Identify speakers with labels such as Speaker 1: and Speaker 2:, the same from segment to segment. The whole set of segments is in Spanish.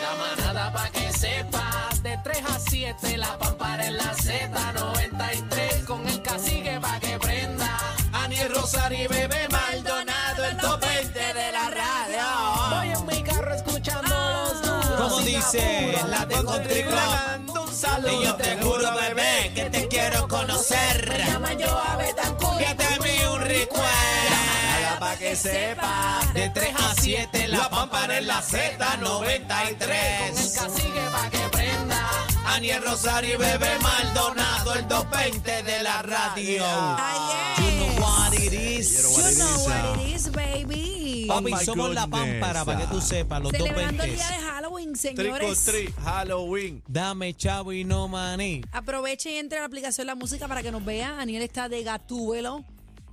Speaker 1: La manada pa' que sepas, de 3 a 7, la pampara en la Z93, con el cacique pa' que prenda. Aniel Rosario y Bebé Maldonado, el top 20 de la radio. Voy en mi carro escuchando los duros.
Speaker 2: Como dice, la tengo en triclón.
Speaker 1: un saludo.
Speaker 2: Y yo te juro, bebé, que te quiero conocer.
Speaker 1: Llama yo a Betancourt.
Speaker 2: Que te envíe un request. Pa' que sepas, de 3 a 7, la pámpara en la
Speaker 1: Con el
Speaker 2: Z93.
Speaker 1: cacique pa' que prenda.
Speaker 2: Aniel Rosario y Bebé Maldonado, el 220 de la radio.
Speaker 3: Ah,
Speaker 2: You know what it is.
Speaker 3: You know what it is, baby.
Speaker 2: Papi, somos la pámpara, para que tú sepas, los
Speaker 3: Celebrando el día
Speaker 2: 220.
Speaker 3: de Halloween,
Speaker 4: Trick or
Speaker 3: señores.
Speaker 4: treat, Halloween.
Speaker 2: Dame chavo y no maní.
Speaker 3: Aproveche y entre a la aplicación La Música para que nos vea. Aniel está de gatúbelo.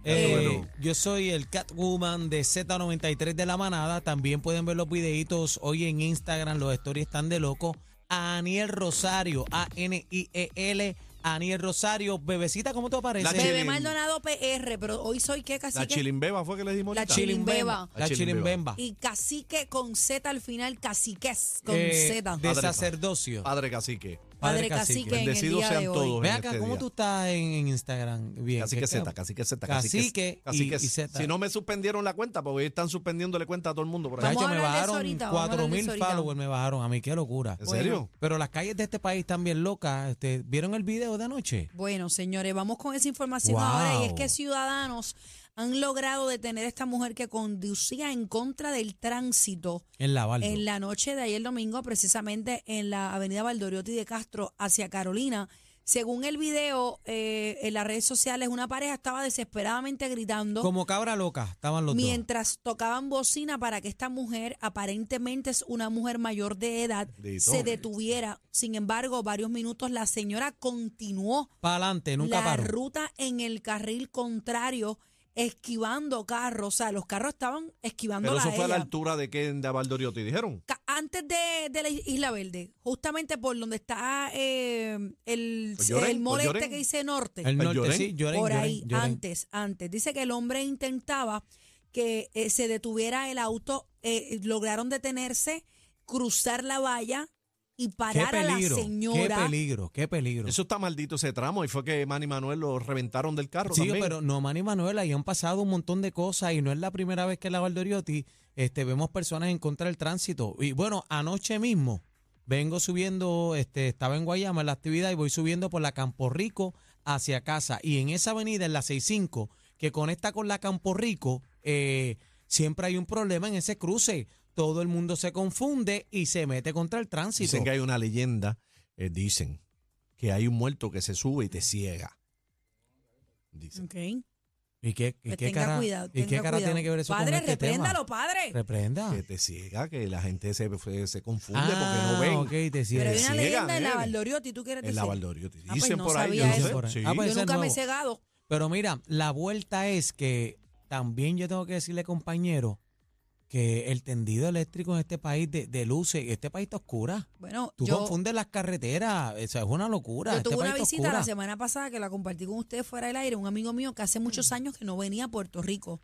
Speaker 2: Eh,
Speaker 4: Ah, bueno.
Speaker 2: Yo soy el Catwoman de Z93 de la manada. También pueden ver los videitos hoy en Instagram. Los stories están de loco. Aniel Rosario, A-N-I-E-L. E Aniel Rosario, bebecita, ¿cómo te aparece?
Speaker 4: La
Speaker 3: Bebé
Speaker 4: Chilin.
Speaker 3: Maldonado PR, pero hoy soy qué
Speaker 4: La
Speaker 3: cacique.
Speaker 4: chilimbeba fue que le dimos
Speaker 3: La
Speaker 4: ahorita.
Speaker 3: chili- Chilimbeba.
Speaker 2: La chilimbemba.
Speaker 3: Y cacique con Z al final, caciques con
Speaker 2: Eh,
Speaker 3: Z.
Speaker 2: de
Speaker 4: Padre pa-
Speaker 2: sacerdocio.
Speaker 4: Padre cacique.
Speaker 3: Padre cacique. en el
Speaker 4: Bendecidos
Speaker 3: día de
Speaker 4: sean
Speaker 3: hoy.
Speaker 4: todos.
Speaker 2: Ve
Speaker 4: en
Speaker 2: acá,
Speaker 4: este
Speaker 2: ¿cómo
Speaker 4: día.
Speaker 2: tú estás en, en Instagram? Bien.
Speaker 4: Cacique
Speaker 2: ¿qué
Speaker 4: Z,
Speaker 2: tal?
Speaker 4: cacique Z,
Speaker 2: Cacique,
Speaker 4: cacique
Speaker 2: y,
Speaker 4: Z.
Speaker 2: y Z.
Speaker 4: Si no me suspendieron la cuenta, porque hoy están suspendiéndole cuenta a todo el mundo por
Speaker 3: Vamos
Speaker 4: ahí.
Speaker 2: Chacho,
Speaker 3: a
Speaker 2: me
Speaker 3: hablar de eso
Speaker 2: bajaron
Speaker 3: ahorita, vamos a hablar de
Speaker 2: 4 mil
Speaker 3: eso ahorita.
Speaker 2: followers, me bajaron a mí, qué locura.
Speaker 4: ¿En serio?
Speaker 2: Pero las calles de este país están bien locas. Este, ¿Vieron el video de anoche?
Speaker 3: Bueno, señores, vamos con esa información
Speaker 2: Wow.
Speaker 3: ahora. Y es que ciudadanos han logrado detener a esta mujer que conducía en contra del tránsito
Speaker 2: En la Valdo.
Speaker 3: en la noche de ayer domingo, precisamente en la avenida Valdoriotti de Castro hacia Carolina. Según el video, eh, en las redes sociales, una pareja estaba desesperadamente gritando
Speaker 2: Como cabra loca estaban los
Speaker 3: mientras tocaban bocina para que esta mujer, aparentemente es una mujer mayor de edad,
Speaker 4: Dito.
Speaker 3: se detuviera. Sin embargo, varios minutos la señora continuó
Speaker 2: dos. Para adelante, nunca
Speaker 3: la
Speaker 2: paró.
Speaker 3: ruta en el carril contrario, esquivando carros. O sea, los carros estaban esquivando
Speaker 4: Pero
Speaker 3: la
Speaker 4: eso fue a la altura de que en de Valdoriotti dijeron.
Speaker 3: Antes de, de la Isla Verde, justamente por donde está eh, el,
Speaker 4: Pues lloren,
Speaker 3: el mall
Speaker 4: pues
Speaker 3: este
Speaker 4: lloren.
Speaker 3: que dice norte.
Speaker 2: El norte,
Speaker 4: Lloren.
Speaker 2: sí, lloren,
Speaker 3: por
Speaker 2: lloren,
Speaker 3: ahí,
Speaker 2: lloren.
Speaker 3: antes, antes. Dice que el hombre intentaba que eh, se detuviera el auto, eh, lograron detenerse, cruzar la valla y
Speaker 2: Qué
Speaker 3: parar
Speaker 2: peligro,
Speaker 3: a la
Speaker 2: qué
Speaker 3: señora.
Speaker 2: peligro, qué peligro.
Speaker 4: Eso está maldito ese tramo. Y fue que Manny Manuel lo reventaron del carro
Speaker 2: sí,
Speaker 4: también.
Speaker 2: pero no, Manny Manuela, y han pasado un montón de cosas y no es la primera vez que en la Valdoriotti este, vemos personas en contra del tránsito. Y bueno, anoche mismo vengo subiendo, este, estaba en Guayama en la actividad y voy subiendo por la Campo Rico hacia casa. Y en esa avenida, en la 65, que conecta con la Campo Rico, eh, siempre hay un problema en ese cruce. Todo el mundo se confunde y se mete contra el tránsito.
Speaker 4: Dicen que hay una leyenda. eh, dicen que hay un muerto que se sube y te ciega. Dicen.
Speaker 3: Ok.
Speaker 2: ¿Y qué, y
Speaker 3: Pues
Speaker 2: qué
Speaker 3: tenga
Speaker 2: cara,
Speaker 3: cuidado,
Speaker 2: y
Speaker 3: tenga
Speaker 2: qué cara
Speaker 3: cuidado.
Speaker 2: tiene que ver eso
Speaker 3: padre,
Speaker 2: con este
Speaker 3: repréndalo, pues.
Speaker 2: tema?
Speaker 3: padre.
Speaker 2: Reprenda.
Speaker 4: Que te ciega, que la gente se, se- se confunde
Speaker 2: Ah,
Speaker 4: porque no ven.
Speaker 2: ok, te
Speaker 3: Pero hay
Speaker 2: sirve.
Speaker 3: una
Speaker 4: Ciegan,
Speaker 3: leyenda en la
Speaker 4: nene.
Speaker 3: Valdoriotti, ¿tú quieres
Speaker 4: En
Speaker 3: decir?
Speaker 4: la Valdoriotti.
Speaker 3: Ah, pues
Speaker 4: Dicen
Speaker 3: no
Speaker 4: por ahí.
Speaker 3: sabía
Speaker 4: yo no
Speaker 3: eso.
Speaker 4: sé. Sí.
Speaker 2: Ah, pues- Puede
Speaker 3: Yo
Speaker 2: ser
Speaker 3: nunca me he
Speaker 2: nuevo.
Speaker 3: cegado.
Speaker 2: Pero mira, la vuelta es que también yo tengo que decirle, compañero, que el tendido eléctrico en este país de, de luces, este país está oscura.
Speaker 3: Bueno,
Speaker 2: Tú
Speaker 3: yo,
Speaker 2: confundes las carreteras, o sea, es una locura.
Speaker 3: yo
Speaker 2: este
Speaker 3: tuve
Speaker 2: país
Speaker 3: una
Speaker 2: está
Speaker 3: visita
Speaker 2: oscura.
Speaker 3: la semana pasada que la compartí con ustedes fuera del aire, un amigo mío que hace muchos
Speaker 2: Mm.
Speaker 3: años que no venía a Puerto Rico.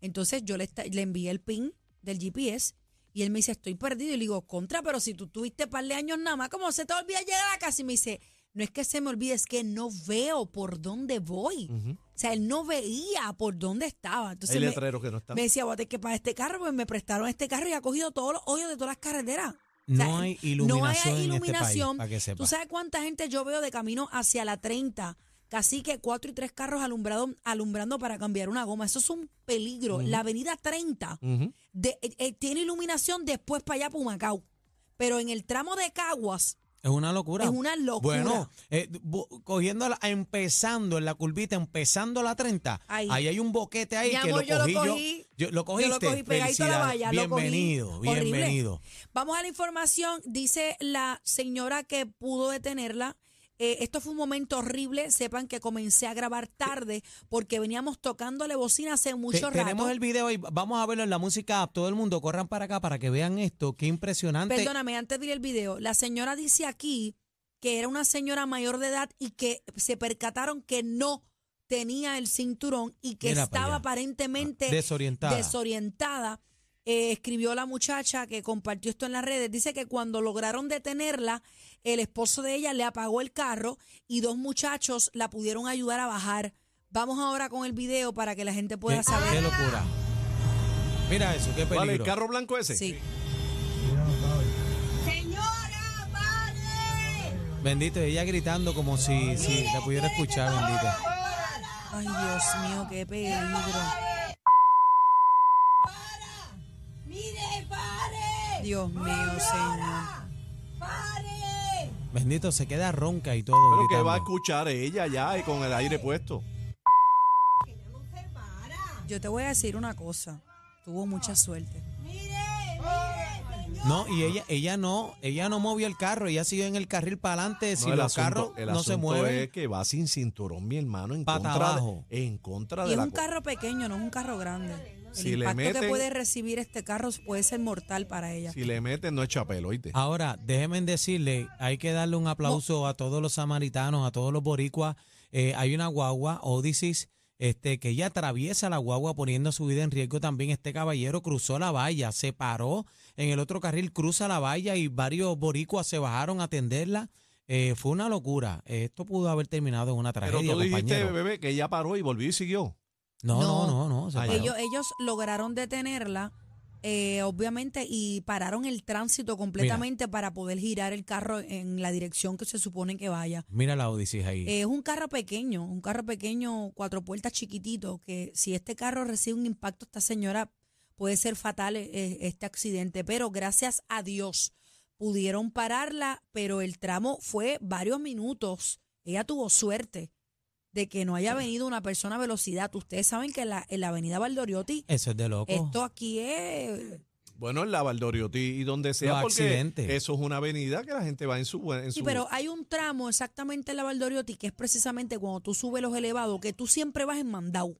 Speaker 3: Entonces yo le, esta- le envié el pin del GPS y él me dice, estoy perdido. Y le digo, contra, pero si tú tuviste par de años nada más, ¿cómo se te olvida llegar a la casa? Y me dice, no es que se me olvide, es que no veo por dónde voy.
Speaker 4: Ujú.
Speaker 3: O sea, él no veía por dónde estaba. Entonces
Speaker 4: Hay
Speaker 3: me-
Speaker 4: letreros que no están.
Speaker 3: me decía, voy a tener que pagar este carro, pues me prestaron este carro y ha cogido todos los hoyos de todas las carreteras. O sea,
Speaker 2: No hay iluminación
Speaker 3: No hay
Speaker 2: en este país,
Speaker 3: iluminación.
Speaker 2: para que sepa.
Speaker 3: ¿Tú sabes cuánta gente yo veo de camino hacia la 30? Casi que cuatro y tres carros alumbrado, alumbrando para cambiar una goma. Eso es un peligro. La avenida 30
Speaker 4: Ujú.
Speaker 3: de- eh, eh, tiene iluminación después para allá, Pumacao. Pero en el tramo de Caguas,
Speaker 2: Es una locura.
Speaker 3: Es una locura.
Speaker 2: Bueno, eh, bu- cogiendo, la- empezando en la curvita, empezando la 30,
Speaker 3: Ahí.
Speaker 2: ahí hay un boquete ahí
Speaker 3: Mi
Speaker 2: que
Speaker 3: amor,
Speaker 2: lo
Speaker 3: yo lo
Speaker 2: cogí yo.
Speaker 3: cogí.
Speaker 2: yo- lo
Speaker 3: yo
Speaker 2: cogiste.
Speaker 3: lo cogí pegadito a la
Speaker 2: Felicidades.
Speaker 3: valla. lo cogí.
Speaker 2: Bienvenido,
Speaker 3: Horrible.
Speaker 2: bienvenido.
Speaker 3: Vamos a la información. Dice la señora que pudo detenerla. eh, esto fue un momento horrible. Sepan que comencé a grabar tarde porque veníamos tocándole bocina hace
Speaker 2: Te-
Speaker 3: mucho rato.
Speaker 2: tenemos el video ahí, vamos a verlo en la música app. Todo el mundo corran para acá para que vean esto, qué impresionante.
Speaker 3: Perdóname, antes de ir el video, la señora dice aquí que era una señora mayor de edad y que se percataron que no tenía el cinturón y que
Speaker 2: Mira pa' allá. Ah,
Speaker 3: estaba aparentemente
Speaker 2: Desorientada.
Speaker 3: desorientada. Eh, escribió la muchacha que compartió esto en las redes. Dice que cuando lograron detenerla, el esposo de ella le apagó el carro y dos muchachos la pudieron ayudar a bajar. Vamos ahora con el video para que la gente
Speaker 2: qué,
Speaker 3: pueda saber.
Speaker 2: qué locura. Mira eso, qué peligro.
Speaker 4: Vale, el carro blanco ese.
Speaker 3: Sí.
Speaker 5: Señora, pare.
Speaker 2: Bendito, ella gritando como si, si la pudiera escuchar, bendita.
Speaker 3: Ay, Dios mío, qué peligro.
Speaker 5: Para. Mire, pare.
Speaker 3: Dios mío, Señor.
Speaker 5: Señora, pare.
Speaker 2: Bendito, se queda ronca y todo.
Speaker 4: Pero que va a
Speaker 2: gritando.
Speaker 4: escuchar ella ya y con el aire puesto.
Speaker 5: Ella no se para.
Speaker 3: Yo te voy a decir una cosa. Tuvo
Speaker 4: Ah.
Speaker 3: mucha suerte.
Speaker 5: Mire, mire, señor.
Speaker 2: No, y ella, ella no, ella no movió el carro, ella siguió en el carril para adelante, si
Speaker 4: el
Speaker 2: los
Speaker 4: asunto-
Speaker 2: carros
Speaker 4: el
Speaker 2: no se
Speaker 4: asunto
Speaker 2: mueven.
Speaker 4: es que va sin cinturón, mi hermano, en
Speaker 2: Pata
Speaker 4: contra,
Speaker 2: abajo.
Speaker 4: de, en contra
Speaker 3: Y
Speaker 4: de
Speaker 3: es
Speaker 4: la
Speaker 3: un
Speaker 4: co-
Speaker 3: carro pequeño, no es un carro grande. El
Speaker 4: Si le
Speaker 3: impacto que
Speaker 4: meten-
Speaker 3: puede recibir este carro puede ser mortal para ella.
Speaker 4: Si le meten, no es chapelo, ¿oíste?
Speaker 2: Ahora, déjenme decirle, hay que darle un aplauso a todos los samaritanos, a todos los boricuas. Eh, hay una guagua, Odysseus, este, que ella atraviesa la guagua poniendo su vida en riesgo también. Este caballero cruzó la valla, se paró en el otro carril, cruza la valla y varios boricuas se bajaron a atenderla. Eh, fue una locura. Esto pudo haber terminado en una
Speaker 4: Pero
Speaker 2: tragedia,
Speaker 4: tú dijiste,
Speaker 2: compañero.
Speaker 4: bebé, que ella paró y volvió y siguió.
Speaker 2: no, no, no, no. se
Speaker 4: Ah, ya.
Speaker 2: paró.
Speaker 3: Ellos, ellos lograron detenerla, eh, obviamente, y pararon el tránsito completamente para poder girar el carro en la dirección que se supone que vaya.
Speaker 2: Mira la Odisea ahí.
Speaker 3: Eh, es un carro pequeño, un carro pequeño, cuatro puertas chiquitito, que si este carro recibe un impacto, esta señora puede ser fatal eh, este accidente, pero gracias a Dios pudieron pararla, pero el tramo fue varios minutos. Ella tuvo suerte de que no haya venido una persona a velocidad. Ustedes saben que en la, en la avenida Valdoriotti,
Speaker 2: Eso es de loco.
Speaker 3: esto aquí es...
Speaker 4: Bueno, en la Valdoriotti y donde sea,
Speaker 2: Los
Speaker 4: porque
Speaker 2: accidentes.
Speaker 4: eso es una avenida que la gente va en su... En
Speaker 3: Sí,
Speaker 4: su-
Speaker 3: pero hay un tramo exactamente en la Valdoriotti que es precisamente cuando tú subes los elevados, que tú siempre vas en Mandau.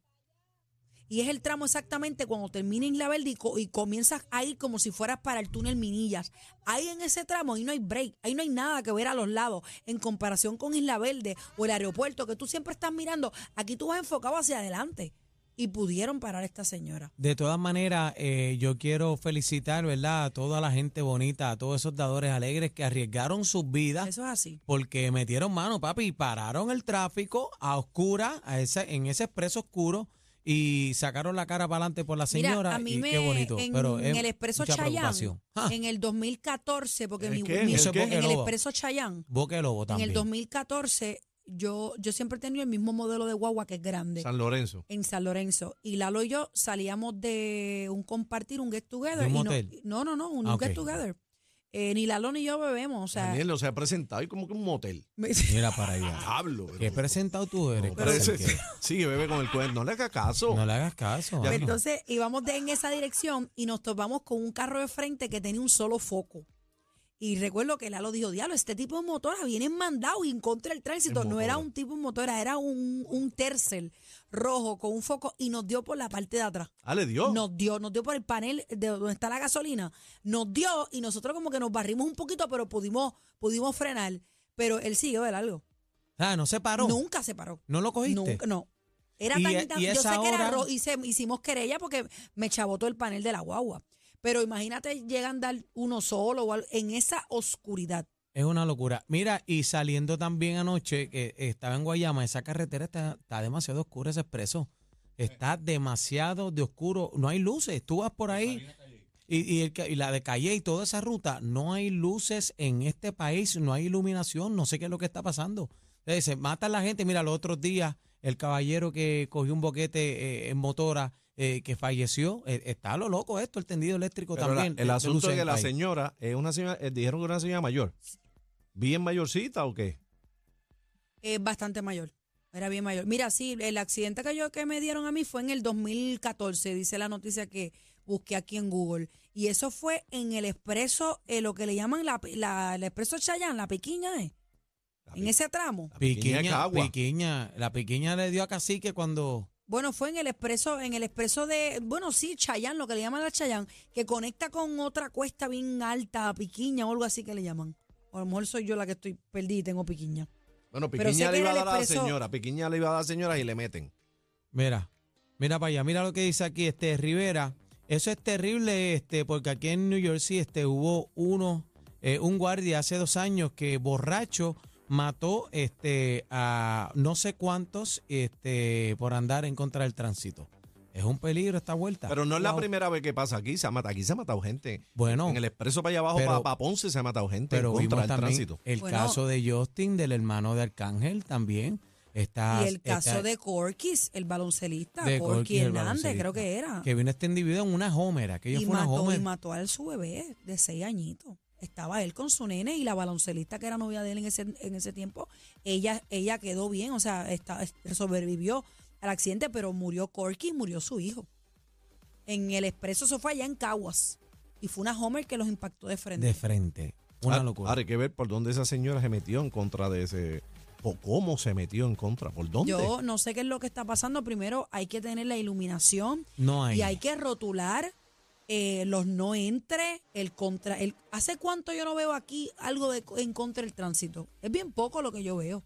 Speaker 3: Y es el tramo exactamente cuando termina Isla Verde y, co- y comienzas a ir como si fueras para el túnel Minillas. Ahí en ese tramo, ahí no hay break, ahí no hay nada que ver a los lados en comparación con Isla Verde o el aeropuerto que tú siempre estás mirando. Aquí tú vas enfocado hacia adelante y pudieron parar a esta señora.
Speaker 2: De todas maneras, eh, yo quiero felicitar, ¿verdad? A toda la gente bonita, a todos esos dadores alegres que arriesgaron sus vidas
Speaker 3: Eso es así.
Speaker 2: porque metieron mano, papi, y pararon el tráfico a oscura, a ese, en ese expreso oscuro y sacaron la cara para adelante por la
Speaker 3: Mira,
Speaker 2: señora.
Speaker 3: a mí
Speaker 2: y
Speaker 3: me,
Speaker 2: qué bonito.
Speaker 3: en,
Speaker 2: pero
Speaker 3: en
Speaker 2: es
Speaker 3: el expreso
Speaker 2: mucha
Speaker 3: Chayán,
Speaker 2: preocupación. Ah,
Speaker 3: en el 2014, porque
Speaker 4: ¿El
Speaker 3: mi,
Speaker 4: qué?
Speaker 3: mi-
Speaker 4: ¿El qué?
Speaker 3: en el
Speaker 2: Lobo.
Speaker 3: expreso Chayán,
Speaker 2: Boca de lobo
Speaker 3: en
Speaker 2: también.
Speaker 3: el 2014, yo, yo siempre he tenido el mismo modelo de guagua que es grande
Speaker 4: San Lorenzo.
Speaker 3: en San Lorenzo. Y Lalo y yo salíamos de un compartir, un get together.
Speaker 2: ¿De un
Speaker 3: y no-
Speaker 2: motel?
Speaker 3: No, no, no, un
Speaker 2: Ah, ok.
Speaker 3: get together. Eh, ni Lalo ni yo bebemos, o sea,
Speaker 4: Daniel, o sea, presentado y como que un motel.
Speaker 3: me-
Speaker 2: Mira para allá.
Speaker 4: Hablo.
Speaker 2: Qué presentado tú eres.
Speaker 4: Pero
Speaker 2: Carlos,
Speaker 4: ese-
Speaker 2: que
Speaker 4: sigue, bebé, con el cuerno. No le haga caso.
Speaker 2: no le hagas caso.
Speaker 3: Pues
Speaker 2: mano.
Speaker 3: Entonces íbamos de- en esa dirección y nos topamos con un carro de frente que tenía un solo foco. Y recuerdo que Lalo dijo, diablo, este tipo de motora viene mandado y en contra del tránsito.
Speaker 4: Es
Speaker 3: No era
Speaker 4: motora.
Speaker 3: un tipo de motora, era un, un tercel rojo con un foco y nos dio por la parte de atrás.
Speaker 4: Ah, le dio.
Speaker 3: Nos dio, nos dio por el panel de donde está la gasolina. Nos dio y nosotros como que nos barrimos un poquito, pero pudimos, pudimos frenar. Pero él siguió de largo.
Speaker 2: Ah, no se paró.
Speaker 3: Nunca se paró.
Speaker 2: ¿No lo cogiste?
Speaker 3: Nunca, no. Era
Speaker 2: Y
Speaker 3: tan,
Speaker 2: e-
Speaker 3: tan-
Speaker 2: y
Speaker 3: yo sé
Speaker 2: esa
Speaker 3: que era
Speaker 2: hora-
Speaker 3: ro- hice- hicimos querella porque me chabotó el panel de la guagua. Pero imagínate, llegan a dar uno solo o algo- en esa oscuridad.
Speaker 2: Es una locura. Mira, y saliendo también anoche, que estaba en Guayama, esa carretera está, está demasiado oscura, ese expreso. Está demasiado de oscuro. No hay luces. Tú vas por ahí y, y el ca- y la de Calle y toda esa ruta, no hay luces en este país, no hay iluminación, no sé qué es lo que está pasando. Eh, se mata la gente. Mira, los otros días, el caballero que cogió un boquete eh, en motora, eh, que falleció, Eh, está lo loco esto, el tendido eléctrico
Speaker 4: Pero la-
Speaker 2: también. eh,
Speaker 4: el
Speaker 2: de- de
Speaker 4: asunto
Speaker 2: luces
Speaker 4: es que
Speaker 2: en
Speaker 4: la
Speaker 2: país.
Speaker 4: señora es una señora, eh, dijeron que era una señora mayor. ¿Bien mayorcita o qué?
Speaker 3: Es bastante mayor. Era bien mayor. Mira, sí, el accidente que, yo, que me dieron a mí fue en el 2014, dice la noticia que busqué aquí en Google. Y eso fue en el expreso, eh, lo que le llaman la, la- el expreso Chayán, la piquiña, ¿eh?
Speaker 4: La
Speaker 3: En
Speaker 4: pi-
Speaker 3: ese tramo.
Speaker 4: la
Speaker 2: Piquiña,
Speaker 4: pequeña de Cagua.
Speaker 2: Piquiña, la piquiña le dio a Cacique cuando...
Speaker 3: Bueno, fue en el expreso, en el expreso de, bueno, sí, Chayán, lo que le llaman la Chayán, que conecta con otra cuesta bien alta, piquiña o algo así que le llaman. O a lo mejor soy yo la que estoy perdida y tengo piquiña.
Speaker 4: Bueno,
Speaker 3: Pero sé
Speaker 4: Piquiña
Speaker 3: que
Speaker 4: le iba a
Speaker 3: era
Speaker 4: dar
Speaker 3: el
Speaker 4: a la
Speaker 3: expreso-
Speaker 4: señora, Piquiña le iba a dar a la señora y le meten.
Speaker 2: Mira, mira para allá, mira lo que dice aquí este Rivera. Eso es terrible, este, porque aquí en New Jersey este, hubo uno, eh, un guardia hace dos años que borracho mató este, a no sé cuántos este, por andar en contra del tránsito. Es un peligro esta vuelta.
Speaker 4: Pero no es la
Speaker 2: Wow.
Speaker 4: primera vez que pasa aquí, se ha matado, aquí se ha matado gente.
Speaker 2: Bueno,
Speaker 4: En el expreso para allá abajo,
Speaker 2: pero-
Speaker 4: para, Ponce, se ha matado gente
Speaker 2: pero
Speaker 4: en
Speaker 2: vimos
Speaker 4: contra del
Speaker 2: también
Speaker 4: tránsito.
Speaker 2: el
Speaker 3: Bueno.
Speaker 2: caso de Justin, del hermano de Arcángel también. Ah, Está,
Speaker 3: y el caso
Speaker 2: está-
Speaker 3: de Corquis, el baloncelista,
Speaker 2: de
Speaker 3: Corquis
Speaker 2: Corky, el
Speaker 3: Hernández,
Speaker 2: baloncelista,
Speaker 3: creo que era.
Speaker 2: Que vino este individuo en una Homer, aquello
Speaker 3: y
Speaker 2: fue una
Speaker 3: mató, y
Speaker 2: Homer.
Speaker 3: mató a su bebé de seis añitos. Estaba él con su nene y la baloncelista que era novia de él en ese, en ese tiempo, ella, ella quedó bien, o sea, está, sobrevivió al accidente, pero murió Corky y murió su hijo. En el expreso, eso fue allá en Caguas. Y fue una Homer que los impactó de frente.
Speaker 2: de frente. Una
Speaker 4: Ah,
Speaker 2: locura.
Speaker 4: Ahora hay que ver por dónde esa señora se metió en contra de ese. O cómo se metió en contra, por dónde.
Speaker 3: Yo no sé qué es lo que está pasando. Primero, hay que tener la iluminación.
Speaker 2: No hay.
Speaker 3: Y hay que rotular eh, los no entre, el contra. El, ¿Hace cuánto yo no veo aquí algo de, en contra del tránsito? Es bien poco lo que yo veo.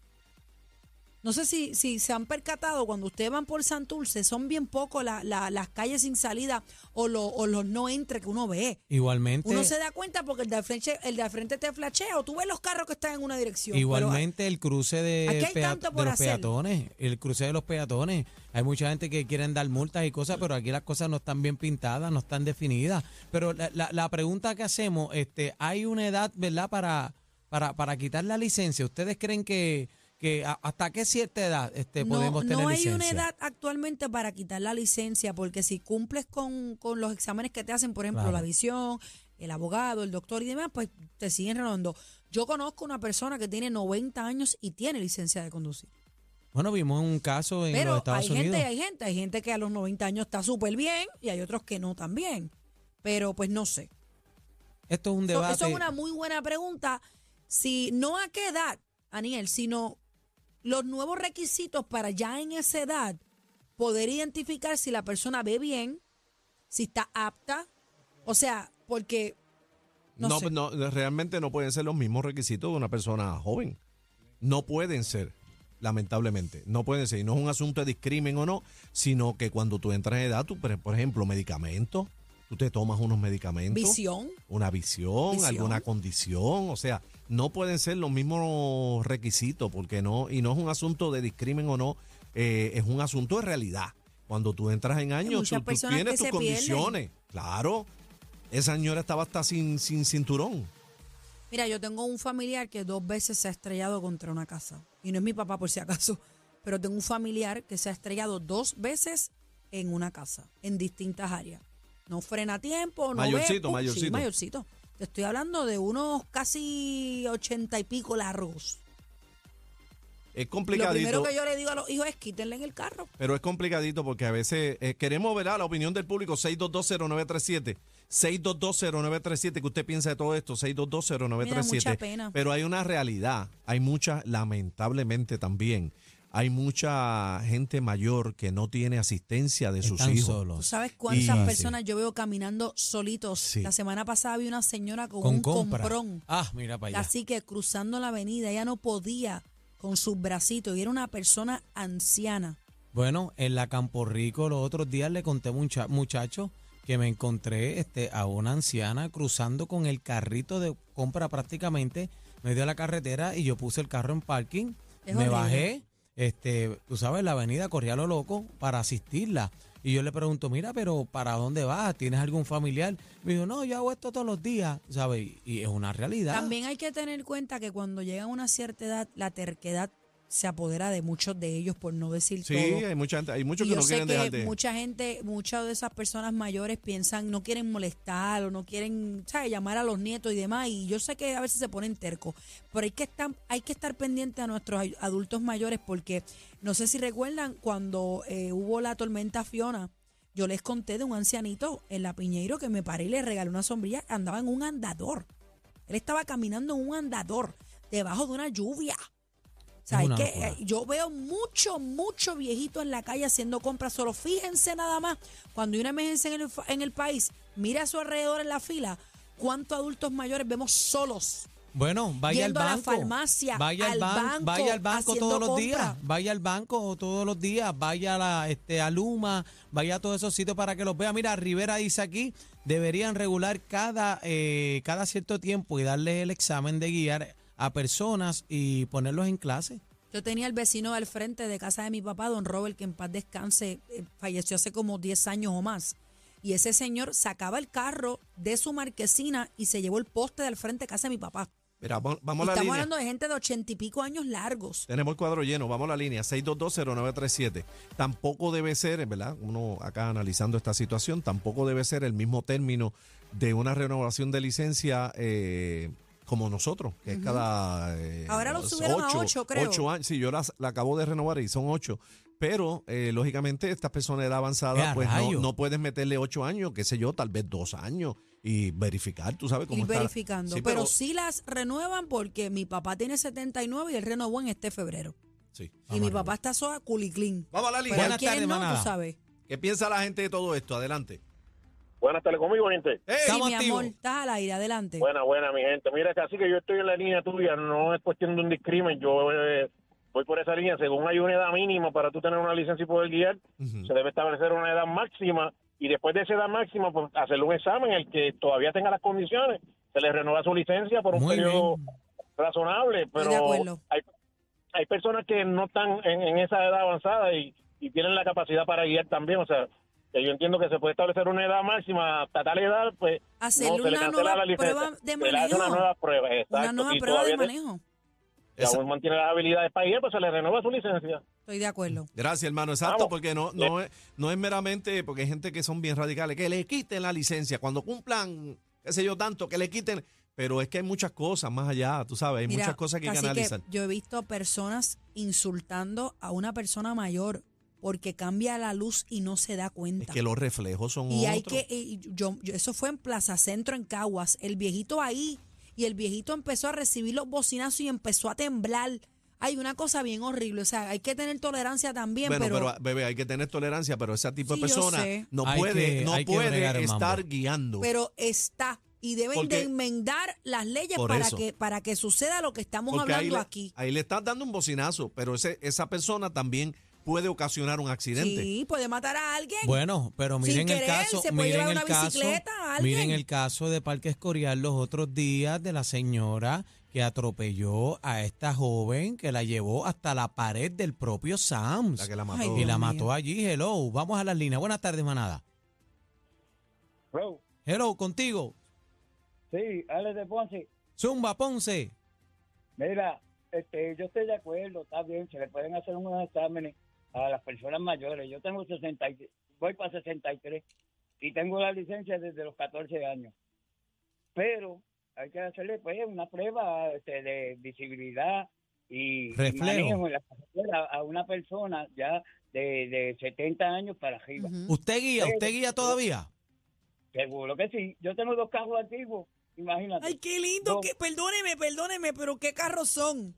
Speaker 3: No sé si, si se han percatado cuando ustedes van por Santurce, son bien poco la- la- las calles sin salida o, lo- o los no entre que uno ve.
Speaker 2: Igualmente,
Speaker 3: Uno se da cuenta porque el de al frente, el de al frente te flashea o tú ves los carros que están en una dirección. pero-
Speaker 2: igualmente el cruce
Speaker 3: Aquí
Speaker 2: de,
Speaker 3: hay
Speaker 2: pea-
Speaker 3: tanto
Speaker 2: de
Speaker 3: por
Speaker 2: los
Speaker 3: hacer.
Speaker 2: peatones, el cruce de los peatones. Hay mucha gente que quieren dar multas y cosas, pero aquí las cosas no están bien pintadas, no están definidas. Pero la, la- la pregunta que hacemos, este, hay una edad, ¿verdad? Para, para, para quitar la licencia. ¿Ustedes creen que, que a- hasta qué cierta edad este, podemos tener
Speaker 3: hay
Speaker 2: licencia?
Speaker 3: una edad actualmente para quitar la licencia, porque si cumples con, con los exámenes que te hacen, por ejemplo,
Speaker 2: Claro.
Speaker 3: la visión, el abogado, el doctor y demás, pues te siguen renovando. Yo conozco una persona que tiene 90 años y tiene licencia de conducir.
Speaker 2: Bueno, vimos un caso en los
Speaker 3: Pero hay
Speaker 2: Estados
Speaker 3: gente
Speaker 2: Unidos.
Speaker 3: y hay gente. Hay gente que a los 90 años está súper bien y hay otros que no también. Pero pues no sé.
Speaker 2: Esto es un
Speaker 3: Eso-
Speaker 2: debate.
Speaker 3: Eso es una muy buena pregunta. Si no a qué edad, Aniel, sino los nuevos requisitos para ya en esa edad poder identificar si la persona ve bien, si está apta, o sea, porque no
Speaker 4: no,
Speaker 3: sé.
Speaker 4: no, realmente no pueden ser los mismos requisitos de una persona joven. No pueden ser, lamentablemente. No pueden ser. Y no es un asunto de discrimen o no, sino que cuando tú entras en edad, tú, por por ejemplo, medicamentos, tú te tomas unos medicamentos.
Speaker 3: visión,
Speaker 4: Una visión,
Speaker 3: Visión.
Speaker 4: alguna condición. O sea, no pueden ser los mismos requisitos, porque no. Y no es un asunto de discrimen o no, eh, es un asunto de realidad. Cuando tú entras en años,
Speaker 3: muchas
Speaker 4: tú- tú,
Speaker 3: personas que
Speaker 4: tienes tus
Speaker 3: se pierden.
Speaker 4: condiciones. Claro. Esa señora estaba hasta sin, sin cinturón.
Speaker 3: Mira, yo tengo un familiar que dos veces se ha estrellado contra una casa. Y no es mi papá por si acaso, pero tengo un familiar que se ha estrellado dos veces en una casa, en distintas áreas. No frena a tiempo, no ve,
Speaker 4: Mayorcito,
Speaker 3: pum, sí,
Speaker 4: mayorcito.
Speaker 3: mayorcito. Te estoy hablando de unos casi ochenta y pico largos.
Speaker 4: Es
Speaker 3: Lo primero
Speaker 4: complicadito.
Speaker 3: que yo le digo a los hijos es quítenle en el carro.
Speaker 4: Pero es complicadito porque a veces eh, queremos ver la opinión del público 6220937. 6220937, que usted piensa de todo esto,
Speaker 3: Me da mucha
Speaker 4: 6220937.
Speaker 3: pena.
Speaker 4: Pero hay una realidad, hay mucha, lamentablemente también, hay mucha gente mayor que no tiene asistencia de sus
Speaker 2: Están
Speaker 4: hijos.
Speaker 3: ¿Tú
Speaker 2: solos.
Speaker 3: sabes cuántas
Speaker 4: Y-
Speaker 3: personas yo veo caminando solitos?
Speaker 4: Sí.
Speaker 3: La semana pasada vi una señora con,
Speaker 2: Con
Speaker 3: un
Speaker 2: compra.
Speaker 3: comprón.
Speaker 2: Ah, mira para allá.
Speaker 3: Así que cruzando la avenida, ella no podía con sus bracitos y era una persona anciana.
Speaker 2: Bueno, en la Campo Rico los otros días le conté a un cha- muchacho que me encontré este, a una anciana cruzando con el carrito de compra prácticamente medio de la carretera y yo puse el carro en parking,
Speaker 3: Es
Speaker 2: me
Speaker 3: horrible.
Speaker 2: bajé, este, tú sabes, la avenida corría a lo loco para asistirla. Y yo le pregunto, mira, pero ¿para dónde vas? ¿Tienes algún familiar? Me dijo, no, yo hago esto todos los días, ¿sabes? Y- Y es una realidad.
Speaker 3: También hay que tener cuenta que cuando llega a una cierta edad, la terquedad se apodera de muchos de ellos, por no decir
Speaker 4: Sí,
Speaker 3: todo.
Speaker 4: hay mucha gente, hay muchos
Speaker 3: Y
Speaker 4: que no
Speaker 3: yo sé
Speaker 4: quieren
Speaker 3: que
Speaker 4: dejar de.
Speaker 3: mucha gente, muchas de esas personas mayores piensan, no quieren molestar o no quieren ¿sabes? llamar a los nietos y demás. Y yo sé que a veces se ponen tercos, pero hay que estar, hay que estar pendiente a nuestros ay- adultos mayores porque no sé si recuerdan cuando eh, hubo la tormenta Fiona. Yo les conté de un ancianito en la Piñeiro que me paré y le regalé una sombrilla. Andaba en un andador. Él estaba caminando en un andador debajo de una lluvia. O sea,
Speaker 2: Es
Speaker 3: hay
Speaker 2: una
Speaker 3: que-
Speaker 2: locura.
Speaker 3: eh, yo veo mucho, mucho viejito en la calle haciendo compras. Solo fíjense nada más, cuando hay una emergencia en el, fa- en el país, mira a su alrededor en la fila, cuántos adultos mayores vemos solos.
Speaker 2: Bueno, vaya
Speaker 3: Yendo
Speaker 2: al
Speaker 3: a la
Speaker 2: banco.
Speaker 3: farmacia,
Speaker 2: vaya
Speaker 3: al
Speaker 2: ban-
Speaker 3: banco,
Speaker 2: vaya al banco
Speaker 3: haciendo
Speaker 2: todos los
Speaker 3: compra.
Speaker 2: días, vaya al banco todos los días, vaya a la este a Luma, vaya a todos esos sitios para que los vea. Mira, Rivera dice aquí, deberían regular cada eh, cada cierto tiempo y darles el examen de guiar a personas y ponerlos en clase.
Speaker 3: Yo tenía el vecino al frente de casa de mi papá, don Robert, que en paz descanse, eh, falleció hace como 10 años o más. Y ese señor sacaba el carro de su marquesina y se llevó el poste del frente de casa de mi papá.
Speaker 4: Mira, vamos,
Speaker 3: Y
Speaker 4: vamos a la
Speaker 3: estamos
Speaker 4: línea.
Speaker 3: hablando de gente de ochenta y pico años largos.
Speaker 4: Tenemos el cuadro lleno, vamos a la línea 6220937. Tampoco debe ser, ¿verdad? Uno acá analizando esta situación, tampoco debe ser el mismo término de una renovación de licencia eh, como nosotros, que es cada... eh,
Speaker 3: Ahora lo subieron a ocho, creo.
Speaker 4: ocho años, sí, yo las- la, acabo de renovar y son ocho. Pero, eh, lógicamente, estas personas de edad
Speaker 2: ¡Ea,
Speaker 4: avanzada, pues no,
Speaker 2: rayo!
Speaker 4: no puedes meterle ocho años, qué sé yo, tal vez dos años y verificar, tú sabes cómo
Speaker 3: ir
Speaker 4: está.
Speaker 3: verificando.
Speaker 4: Sí,
Speaker 3: pero, sí las renuevan porque mi papá tiene 79 y él renovó en este febrero.
Speaker 4: sí.
Speaker 3: y mi papá está soa culiclín.
Speaker 4: Vamos a la
Speaker 3: Pero
Speaker 4: línea.
Speaker 3: hay
Speaker 2: Buenas
Speaker 3: quienes
Speaker 2: tardes,
Speaker 3: no,
Speaker 2: manada.
Speaker 3: tú sabes.
Speaker 4: ¿Qué piensa la gente de todo esto? Adelante.
Speaker 6: Buenas tardes conmigo, gente.
Speaker 4: ¡Ey!
Speaker 3: Sí,
Speaker 2: Estamos
Speaker 3: mi amor,
Speaker 2: activos.
Speaker 3: estás al aire, adelante.
Speaker 6: Buena, buena, mi gente. Mira, casi que yo estoy en la línea tuya, no es cuestión de un discrimen. Yo eh, voy por esa línea. Según hay una edad mínima para tú tener una licencia y poder guiar,
Speaker 4: Ujú.
Speaker 6: se debe establecer una edad máxima y después de esa edad máxima, pues, hacerle un examen. El que todavía tenga las condiciones, se le renueva su licencia por un
Speaker 2: Muy
Speaker 6: periodo
Speaker 2: bien.
Speaker 6: razonable. Pero
Speaker 3: de acuerdo.
Speaker 6: hay, hay personas que no están en, en esa edad avanzada y, y tienen la capacidad para guiar también. O sea, que yo entiendo que se puede establecer una edad máxima hasta tal edad, pues
Speaker 3: Hacerle
Speaker 6: no, se le
Speaker 3: una
Speaker 6: cancela
Speaker 3: nueva
Speaker 6: la licencia.
Speaker 3: prueba de
Speaker 6: Se le hace
Speaker 3: manejo.
Speaker 6: una nueva prueba, exacto.
Speaker 3: Una nueva
Speaker 6: y
Speaker 3: prueba de
Speaker 6: todavía te-
Speaker 3: manejo.
Speaker 6: si aún mantiene las habilidades para guiar, pues se le renueva su licencia.
Speaker 3: Estoy de acuerdo.
Speaker 4: Gracias, hermano. Exacto,
Speaker 6: Vamos.
Speaker 4: porque no, no, es, no es meramente, porque hay gente que son bien radicales, que le quiten la licencia cuando cumplan, qué sé yo, tanto, que le quiten. Pero es que hay muchas cosas más allá, tú sabes, hay
Speaker 3: Mira,
Speaker 4: muchas cosas que hay que
Speaker 3: cacique,
Speaker 4: analizar.
Speaker 3: yo he visto personas insultando a una persona mayor porque cambia la luz y no se da cuenta.
Speaker 4: Es que los reflejos son
Speaker 3: Y hay
Speaker 4: otros.
Speaker 3: que, y yo, yo- eso fue en Plaza Centro en Caguas, el viejito ahí, y el viejito empezó a recibir los bocinazos y empezó a temblar. Hay una cosa bien horrible, o sea, hay que tener tolerancia también,
Speaker 4: bueno,
Speaker 3: pero,
Speaker 4: pero, ah, bebé, hay que tener tolerancia, pero ese tipo
Speaker 3: Sí,
Speaker 4: de
Speaker 3: yo
Speaker 4: persona
Speaker 3: sé.
Speaker 4: no
Speaker 2: Hay
Speaker 4: puede,
Speaker 2: que-
Speaker 4: no
Speaker 2: hay que bregar
Speaker 4: puede
Speaker 2: el mambo.
Speaker 4: estar guiando.
Speaker 3: pero está. Y deben
Speaker 4: Porque-
Speaker 3: de enmendar las leyes
Speaker 4: Por
Speaker 3: para
Speaker 4: eso.
Speaker 3: que, para que suceda lo que estamos
Speaker 4: Porque ahí
Speaker 3: hablando
Speaker 4: le,
Speaker 3: aquí.
Speaker 4: ahí le estás dando un bocinazo, pero ese, esa persona también puede ocasionar un accidente.
Speaker 3: Sí, puede matar a alguien.
Speaker 2: Bueno, pero
Speaker 3: Sin
Speaker 2: miren
Speaker 3: querer,
Speaker 2: el caso,
Speaker 3: se puede
Speaker 2: miren
Speaker 3: llevar
Speaker 2: el
Speaker 3: una
Speaker 2: caso,
Speaker 3: bicicleta a alguien.
Speaker 2: miren el caso de Parque Escorial los otros días de la señora que atropelló a esta joven que la llevó hasta la pared del propio Sams
Speaker 4: La que la
Speaker 3: Ay,
Speaker 4: mató.
Speaker 2: y la
Speaker 3: Dios mío.
Speaker 2: mató allí. Hello, vamos a las líneas. Buenas tardes, manada. Hello, contigo.
Speaker 7: Sí, Alex de Ponce.
Speaker 2: Zumba Ponce.
Speaker 7: Mira, este, yo estoy de acuerdo, está bien, se le pueden hacer unos exámenes a las personas mayores. Yo tengo 63, voy para 63 y tengo la licencia desde los 14 años. Pero hay que hacerle pues una prueba este, de visibilidad y y
Speaker 2: Reflejo.
Speaker 7: manejo en la carretera a una persona ya de, de 70 años para arriba.
Speaker 3: Ujú.
Speaker 2: ¿Usted guía?
Speaker 7: Sí.
Speaker 2: ¿Usted guía todavía?
Speaker 7: Seguro que sí. Yo tengo dos carros antiguos, imagínate.
Speaker 3: Ay, qué lindo,
Speaker 7: No.
Speaker 3: que, perdóneme, perdóneme, pero qué carros son.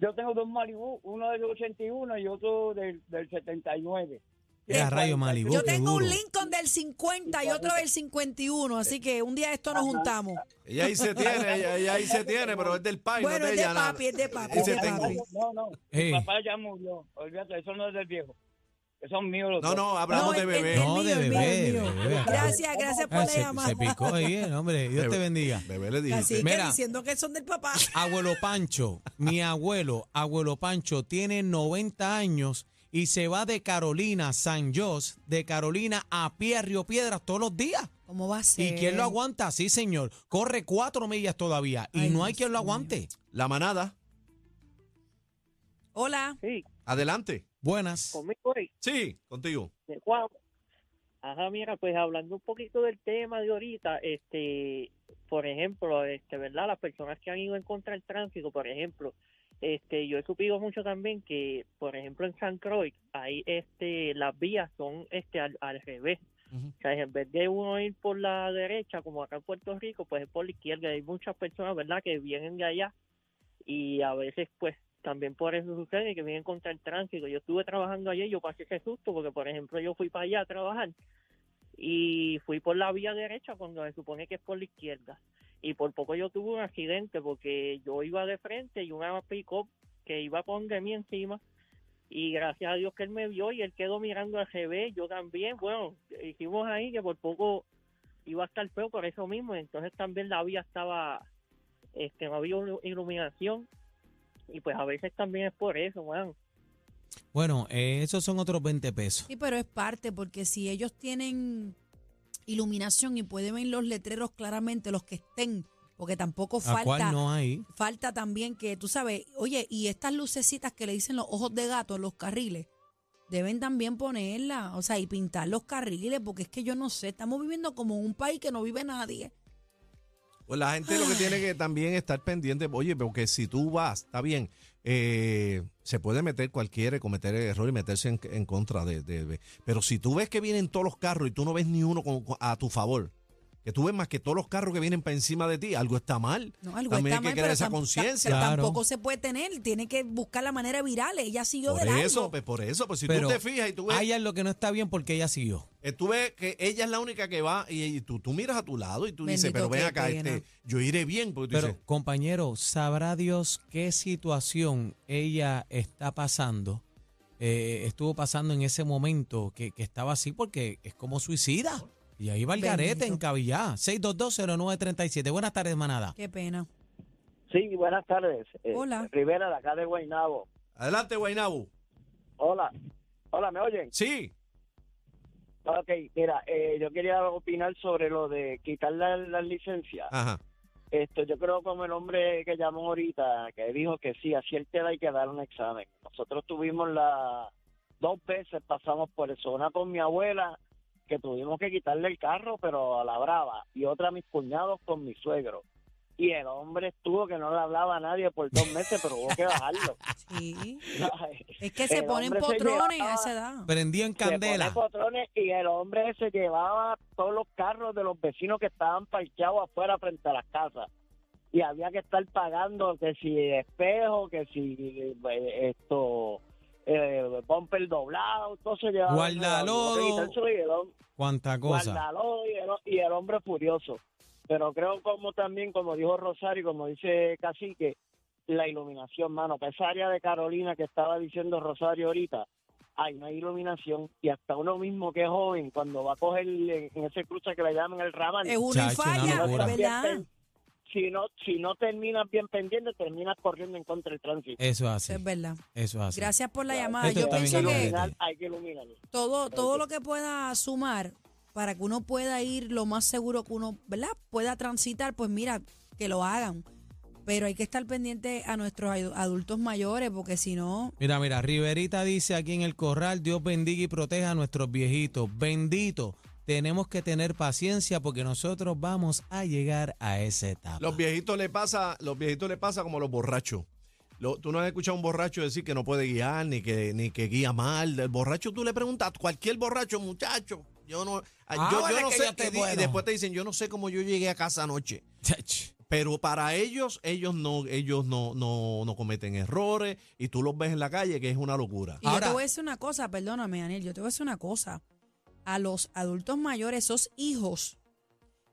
Speaker 7: Yo tengo dos Malibu, uno del 81 y otro del, del 79.
Speaker 2: Era rayo Malibu.
Speaker 3: Yo
Speaker 2: qué
Speaker 3: tengo un
Speaker 2: duro.
Speaker 3: Lincoln del 50 y otro del 51, así que un día esto nos juntamos.
Speaker 4: Ella ahí se tiene, ella, ella ahí se tiene, pero es del país,
Speaker 3: Bueno,
Speaker 4: no
Speaker 3: es
Speaker 4: es
Speaker 3: de
Speaker 4: de ella. nada.
Speaker 3: papi, es de papi,
Speaker 4: Ese
Speaker 3: es de
Speaker 4: tengo.
Speaker 3: papi.
Speaker 7: No, no,
Speaker 2: Eh.
Speaker 7: mi papá ya murió. Olvídate, eso no es del viejo. que son míos los
Speaker 4: No,
Speaker 7: dos.
Speaker 4: no, hablamos
Speaker 3: No,
Speaker 4: de
Speaker 3: el-
Speaker 4: bebé.
Speaker 3: el
Speaker 2: No,
Speaker 3: mío,
Speaker 2: de
Speaker 3: el mío,
Speaker 2: bebé,
Speaker 3: el mío.
Speaker 2: de bebé.
Speaker 3: Gracias, gracias por
Speaker 2: Ah,
Speaker 3: la
Speaker 2: se, se
Speaker 3: llamada.
Speaker 2: picó ahí bien, hombre. Dios te bendiga.
Speaker 4: Bebé le
Speaker 3: Así
Speaker 4: dijiste.
Speaker 3: que
Speaker 2: Mira. Ah,
Speaker 3: diciendo que son del papá.
Speaker 2: Abuelo Pancho, mi abuelo, abuelo Pancho, tiene 90 años y se va de Carolina, San Jos, de Carolina a pie a Río Piedras todos los días.
Speaker 3: ¿Cómo va a ser?
Speaker 2: ¿Y quién lo aguanta? Sí, señor. Corre cuatro millas todavía y
Speaker 3: Ay,
Speaker 2: no hay
Speaker 3: Dios
Speaker 2: quien lo
Speaker 3: mío.
Speaker 2: aguante.
Speaker 4: La manada.
Speaker 3: Hola.
Speaker 8: Sí,
Speaker 4: Adelante.
Speaker 2: Buenas.
Speaker 8: conmigo hoy,
Speaker 4: Sí, contigo.
Speaker 8: de Guau. Ajá, mira, pues hablando un poquito del tema de ahorita, este, por ejemplo, este, ¿verdad? Las personas que han ido en contra del tránsito, por ejemplo, este, yo he supido mucho también que, por ejemplo, en San Croix, ahí, este, las vías son, este, al, al revés.
Speaker 4: Ujú.
Speaker 8: O sea, en vez de uno ir por la derecha, como acá en Puerto Rico, pues es por la izquierda. Hay muchas personas, ¿verdad?, que vienen de allá y a veces pues también por eso sucede que vienen contra el tránsito. Yo estuve trabajando ayer, yo pasé ese susto porque por ejemplo yo fui para allá a trabajar y fui por la vía derecha cuando se supone que es por la izquierda y por poco yo tuve un accidente porque yo iba de frente y una pick-up que iba con de mí encima y gracias a Dios que él me vio y él quedó mirando al revés, yo también, bueno, hicimos ahí que por poco iba a estar feo por eso mismo, entonces también la vía estaba, este, no había ilu- iluminación y pues a veces también es por eso, mano.
Speaker 2: Bueno, eh, esos son otros 20 pesos.
Speaker 3: Sí, pero es parte, porque si ellos tienen iluminación y pueden ver los letreros claramente, los que estén, porque tampoco
Speaker 2: ¿A cuál
Speaker 3: falta,
Speaker 2: no hay?
Speaker 3: falta también que, tú sabes, oye, y estas lucecitas que le dicen los ojos de gato en los carriles, deben también ponerlas, o sea, y pintar los carriles, porque es que yo no sé, estamos viviendo como un país que no vive nadie.
Speaker 4: Pues la gente lo que tiene que también estar pendiente, oye, porque si tú vas, está bien, eh, se puede meter cualquiera, y cometer error y meterse en, en contra de, de- de- Pero si tú ves que vienen todos los carros y tú no ves ni uno con- con- a tu favor, que tú ves más que todos los carros que vienen para encima de ti, algo está mal.
Speaker 3: No, algo
Speaker 4: También
Speaker 3: está
Speaker 4: hay que
Speaker 3: mal,
Speaker 4: crear
Speaker 3: pero
Speaker 4: esa
Speaker 3: tam- ta-
Speaker 4: conciencia.
Speaker 3: pero
Speaker 2: Claro.
Speaker 3: Tampoco se puede tener, tiene que buscar la manera viral, ella siguió
Speaker 4: Por
Speaker 3: de largo.
Speaker 4: eso, pues por eso, pues si
Speaker 2: Pero
Speaker 4: tú te fijas y tú ves,
Speaker 2: hay algo que no está bien porque ella siguió.
Speaker 4: eh, tú ves que ella es la única que va y, y tú, tú miras a tu lado y tú dices,
Speaker 3: Bendito,
Speaker 4: pero ven
Speaker 3: qué
Speaker 4: acá,
Speaker 3: pena.
Speaker 4: este, yo iré bien, porque tú
Speaker 2: Pero,
Speaker 4: dices,
Speaker 2: compañero, sabrá Dios qué situación ella está pasando, eh, estuvo pasando en ese momento que, que estaba así, porque es como suicida. Y ahí va el garete
Speaker 3: Bendito.
Speaker 2: en Cabillá. 6220937. Buenas tardes, manada.
Speaker 3: Qué pena.
Speaker 9: Sí, buenas tardes. Eh,
Speaker 3: Hola.
Speaker 9: Rivera, de acá de Guaynabo.
Speaker 4: adelante, Guainabu.
Speaker 9: Hola. Hola, ¿me oyen?
Speaker 4: Sí,
Speaker 9: Ok, mira, eh, yo quería opinar sobre lo de quitar la- las licencias.
Speaker 4: ajá.
Speaker 9: Esto, yo creo como el hombre que llamó ahorita, que dijo que sí, a cierta edad hay que dar un examen. Nosotros tuvimos la... Dos veces pasamos por eso. Una con mi abuela, que tuvimos que quitarle el carro, pero a la brava. Y otra a mis cuñados con mi suegro. Y el hombre estuvo que no le hablaba a nadie por dos meses, pero hubo que bajarlo.
Speaker 3: Sí. Es que se
Speaker 9: El
Speaker 3: ponen
Speaker 9: hombre se
Speaker 3: potrones a
Speaker 9: llevaba-
Speaker 3: esa edad.
Speaker 2: Prendí en
Speaker 9: Se
Speaker 2: candela.
Speaker 9: pone potrones y el hombre se llevaba todos los carros de los vecinos que estaban parqueados afuera frente a las casas. Y había que estar pagando que si espejo, que si eh, esto, eh, bumper doblado, todo se llevaba.
Speaker 2: Guardalodo.
Speaker 9: Y el hom-
Speaker 2: Cuánta cosa.
Speaker 9: guardalodo y el, y el hombre furioso. Pero creo como también, como dijo Rosario, como dice Cacique, la iluminación, mano. Para esa área de Carolina que estaba diciendo Rosario ahorita, ay, no hay iluminación. Y hasta uno mismo que es joven, cuando va a coger en, en ese cruce que le llaman el ramal,
Speaker 3: Es uno y
Speaker 2: Chacho, una
Speaker 3: falla,
Speaker 2: locura.
Speaker 3: es ¿verdad?
Speaker 9: Bien si no, si no terminas bien pendiente, terminas corriendo en contra del tránsito.
Speaker 2: Eso es
Speaker 3: Eso
Speaker 2: así.
Speaker 3: es verdad.
Speaker 2: Eso es así.
Speaker 3: Gracias por la llamada.
Speaker 2: Esto
Speaker 3: Yo
Speaker 2: está
Speaker 3: pienso
Speaker 2: bien
Speaker 3: que
Speaker 2: garete.
Speaker 9: Iluminar, hay que iluminarlo.
Speaker 3: todo, todo lo que pueda sumar para que uno pueda ir lo más seguro que uno ¿verdad? pueda transitar, pues mira, que lo hagan. Pero hay que estar pendiente a nuestros adu- adultos mayores, porque si no,
Speaker 2: Mira, mira, Riverita dice aquí en el corral, Dios bendiga y proteja a nuestros viejitos. Bendito, tenemos que tener paciencia porque nosotros vamos a llegar a esa etapa.
Speaker 4: Los viejitos le pasa, los viejitos le pasa como los borrachos. Lo- tú no has escuchado a un borracho decir que no puede guiar, ni que, ni que guía mal. El borracho, tú le preguntas a cualquier borracho, muchacho, yo no,
Speaker 2: Ah,
Speaker 4: yo,
Speaker 2: vale
Speaker 4: yo no
Speaker 2: que
Speaker 4: sé.
Speaker 2: yo te
Speaker 4: qué di-".
Speaker 2: puedo.
Speaker 4: y después te dicen, yo no sé cómo yo llegué a casa anoche.
Speaker 2: Chach.
Speaker 4: Pero para ellos, ellos no, ellos no, no, no cometen errores, y tú los ves en la calle, que es una locura.
Speaker 3: Y yo
Speaker 2: Ahora-
Speaker 3: te voy a decir una cosa, perdóname, Daniel, yo te voy a decir una cosa. A los adultos mayores, esos hijos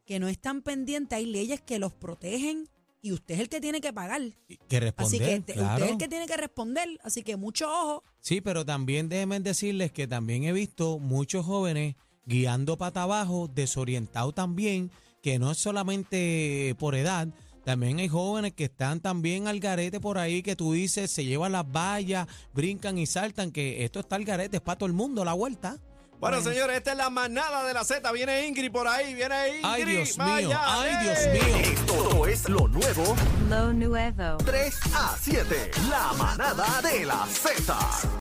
Speaker 3: que no están pendientes, hay leyes que los protegen y usted es el que tiene que pagar.
Speaker 2: Que
Speaker 3: Así
Speaker 2: responder,
Speaker 3: que te-
Speaker 2: claro.
Speaker 3: usted es el que tiene que responder. Así que mucho ojo.
Speaker 2: Sí, pero también déjenme decirles que también he visto muchos jóvenes guiando pata abajo, desorientados también, que no es solamente por edad, también hay jóvenes que están también al garete por ahí, que tú dices, se llevan las vallas, brincan y saltan, que esto está al garete, es para todo el mundo la vuelta.
Speaker 4: Bueno, señores, esta es la manada de la Z. Viene Ingrid por ahí, viene Ingrid.
Speaker 2: Ay, Dios
Speaker 4: Vaya, eh.
Speaker 2: mío, ay, Dios
Speaker 4: ey.
Speaker 2: mío.
Speaker 1: Todo es lo nuevo.
Speaker 10: Lo nuevo.
Speaker 1: 3 a 7. La manada de la Z.